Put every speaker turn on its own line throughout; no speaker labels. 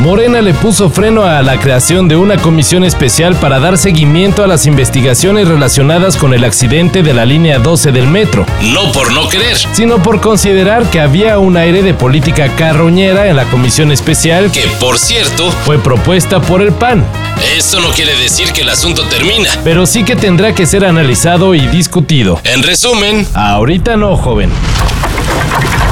Morena le puso freno a la creación de una comisión especial para dar seguimiento a las investigaciones relacionadas con el accidente de la línea 12 del metro.
No por no querer,
sino por considerar que había un aire de política carroñera en la comisión especial que
que por cierto,
fue propuesta por el PAN,
esto no quiere decir que el asunto termina.
pero sí que tendrá que ser analizado y discutido.
En resumen,
Ahorita no, joven.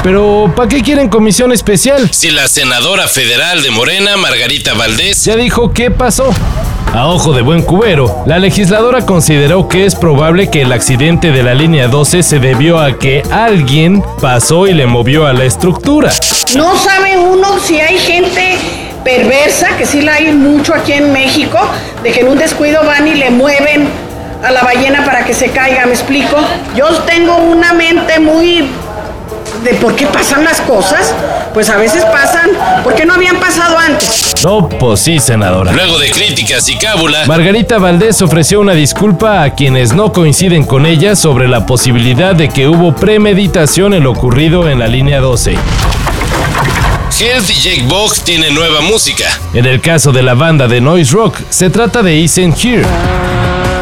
Pero, ¿para qué quieren comisión especial?
si la senadora federal de Morena, Margarita Valdés,
Ya dijo qué pasó. A ojo de buen cubero, la legisladora consideró que es probable que el accidente de la línea 12 se debió a que alguien pasó y le movió a la estructura.
No sabe uno si hay gente perversa, que sí la hay mucho aquí en México, de que en un descuido van y le mueven a la ballena para que se caiga, ¿me explico? Yo tengo una mente muy de por qué pasan las cosas, pues a veces pasan, ¿por qué no habían pasado antes?
No, pues sí, senadora.
luego de críticas y cábula,
Margarita Valdés ofreció una disculpa a quienes no coinciden con ella sobre la posibilidad de que hubo premeditación en lo ocurrido en la línea 12.
Head y Jake Bog tienen nueva música,
En el caso de la banda de Noise Rock, se trata de Isn't Here.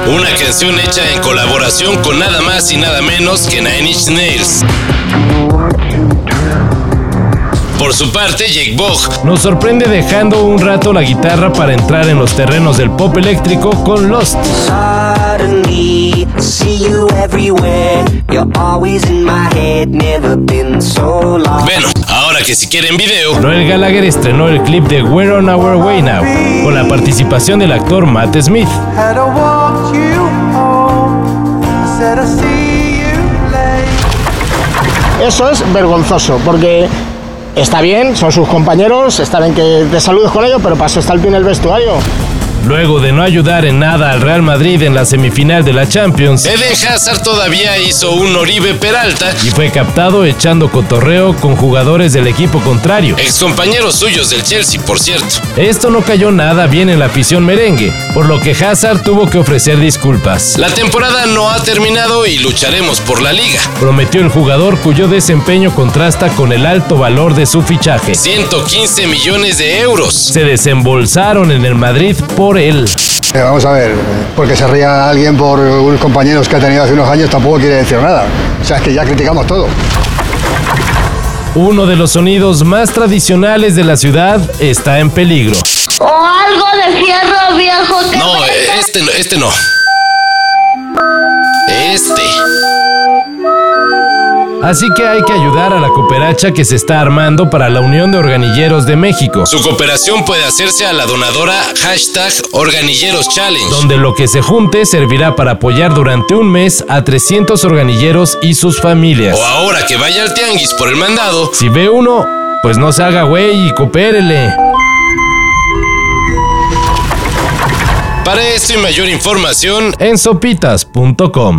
una canción hecha en colaboración con nada más y nada menos que Nine Inch Nails. Por su parte, Jake Bog
Nos sorprende dejando un rato la guitarra para entrar en los terrenos del pop eléctrico con Lost.
Suddenly, see you everywhere. You're always in my head, never been so lost.
Bueno, ahora que si quieren video,
Noel Gallagher estrenó el clip de We're on Our Way Now con la participación del actor Matt Smith.
Had I walked you home, I said I see you later.
Eso es vergonzoso, porque está bien, son sus compañeros, está bien que te saludes con ellos, pero pasó hasta el en el vestuario.
Luego de no ayudar en nada al Real Madrid en la semifinal de la Champions,
Eden Hazard todavía hizo un Oribe Peralta
y fue captado echando cotorreo con jugadores del equipo contrario.
Excompañeros suyos del Chelsea, por cierto.
Esto no cayó nada bien en la afición merengue, por lo que Hazard tuvo que ofrecer disculpas.
La temporada no ha terminado y lucharemos por la liga.
Prometió el jugador cuyo desempeño contrasta con el alto valor de su fichaje.
115 millones de euros.
se desembolsaron en el Madrid por él.
Eh, vamos a ver, eh, porque se ría alguien por unos compañeros que ha tenido hace unos años tampoco quiere decir nada. O sea, es que ya criticamos todo.
Uno de los sonidos más tradicionales de la ciudad está en peligro.
O algo de fierro viejo que
No, eh, este no, este no. Este.
Así que hay que ayudar a la cooperacha que se está armando para la Unión de Organilleros de México,
Su cooperación puede hacerse a la donadora hashtag Organilleros Challenge.
donde lo que se junte servirá para apoyar durante un mes a 300 organilleros y sus familias.
O ahora que vaya al tianguis por el mandado,
Si ve uno, pues no se haga güey y coopérele.
para esto y mayor información,
En sopitas.com.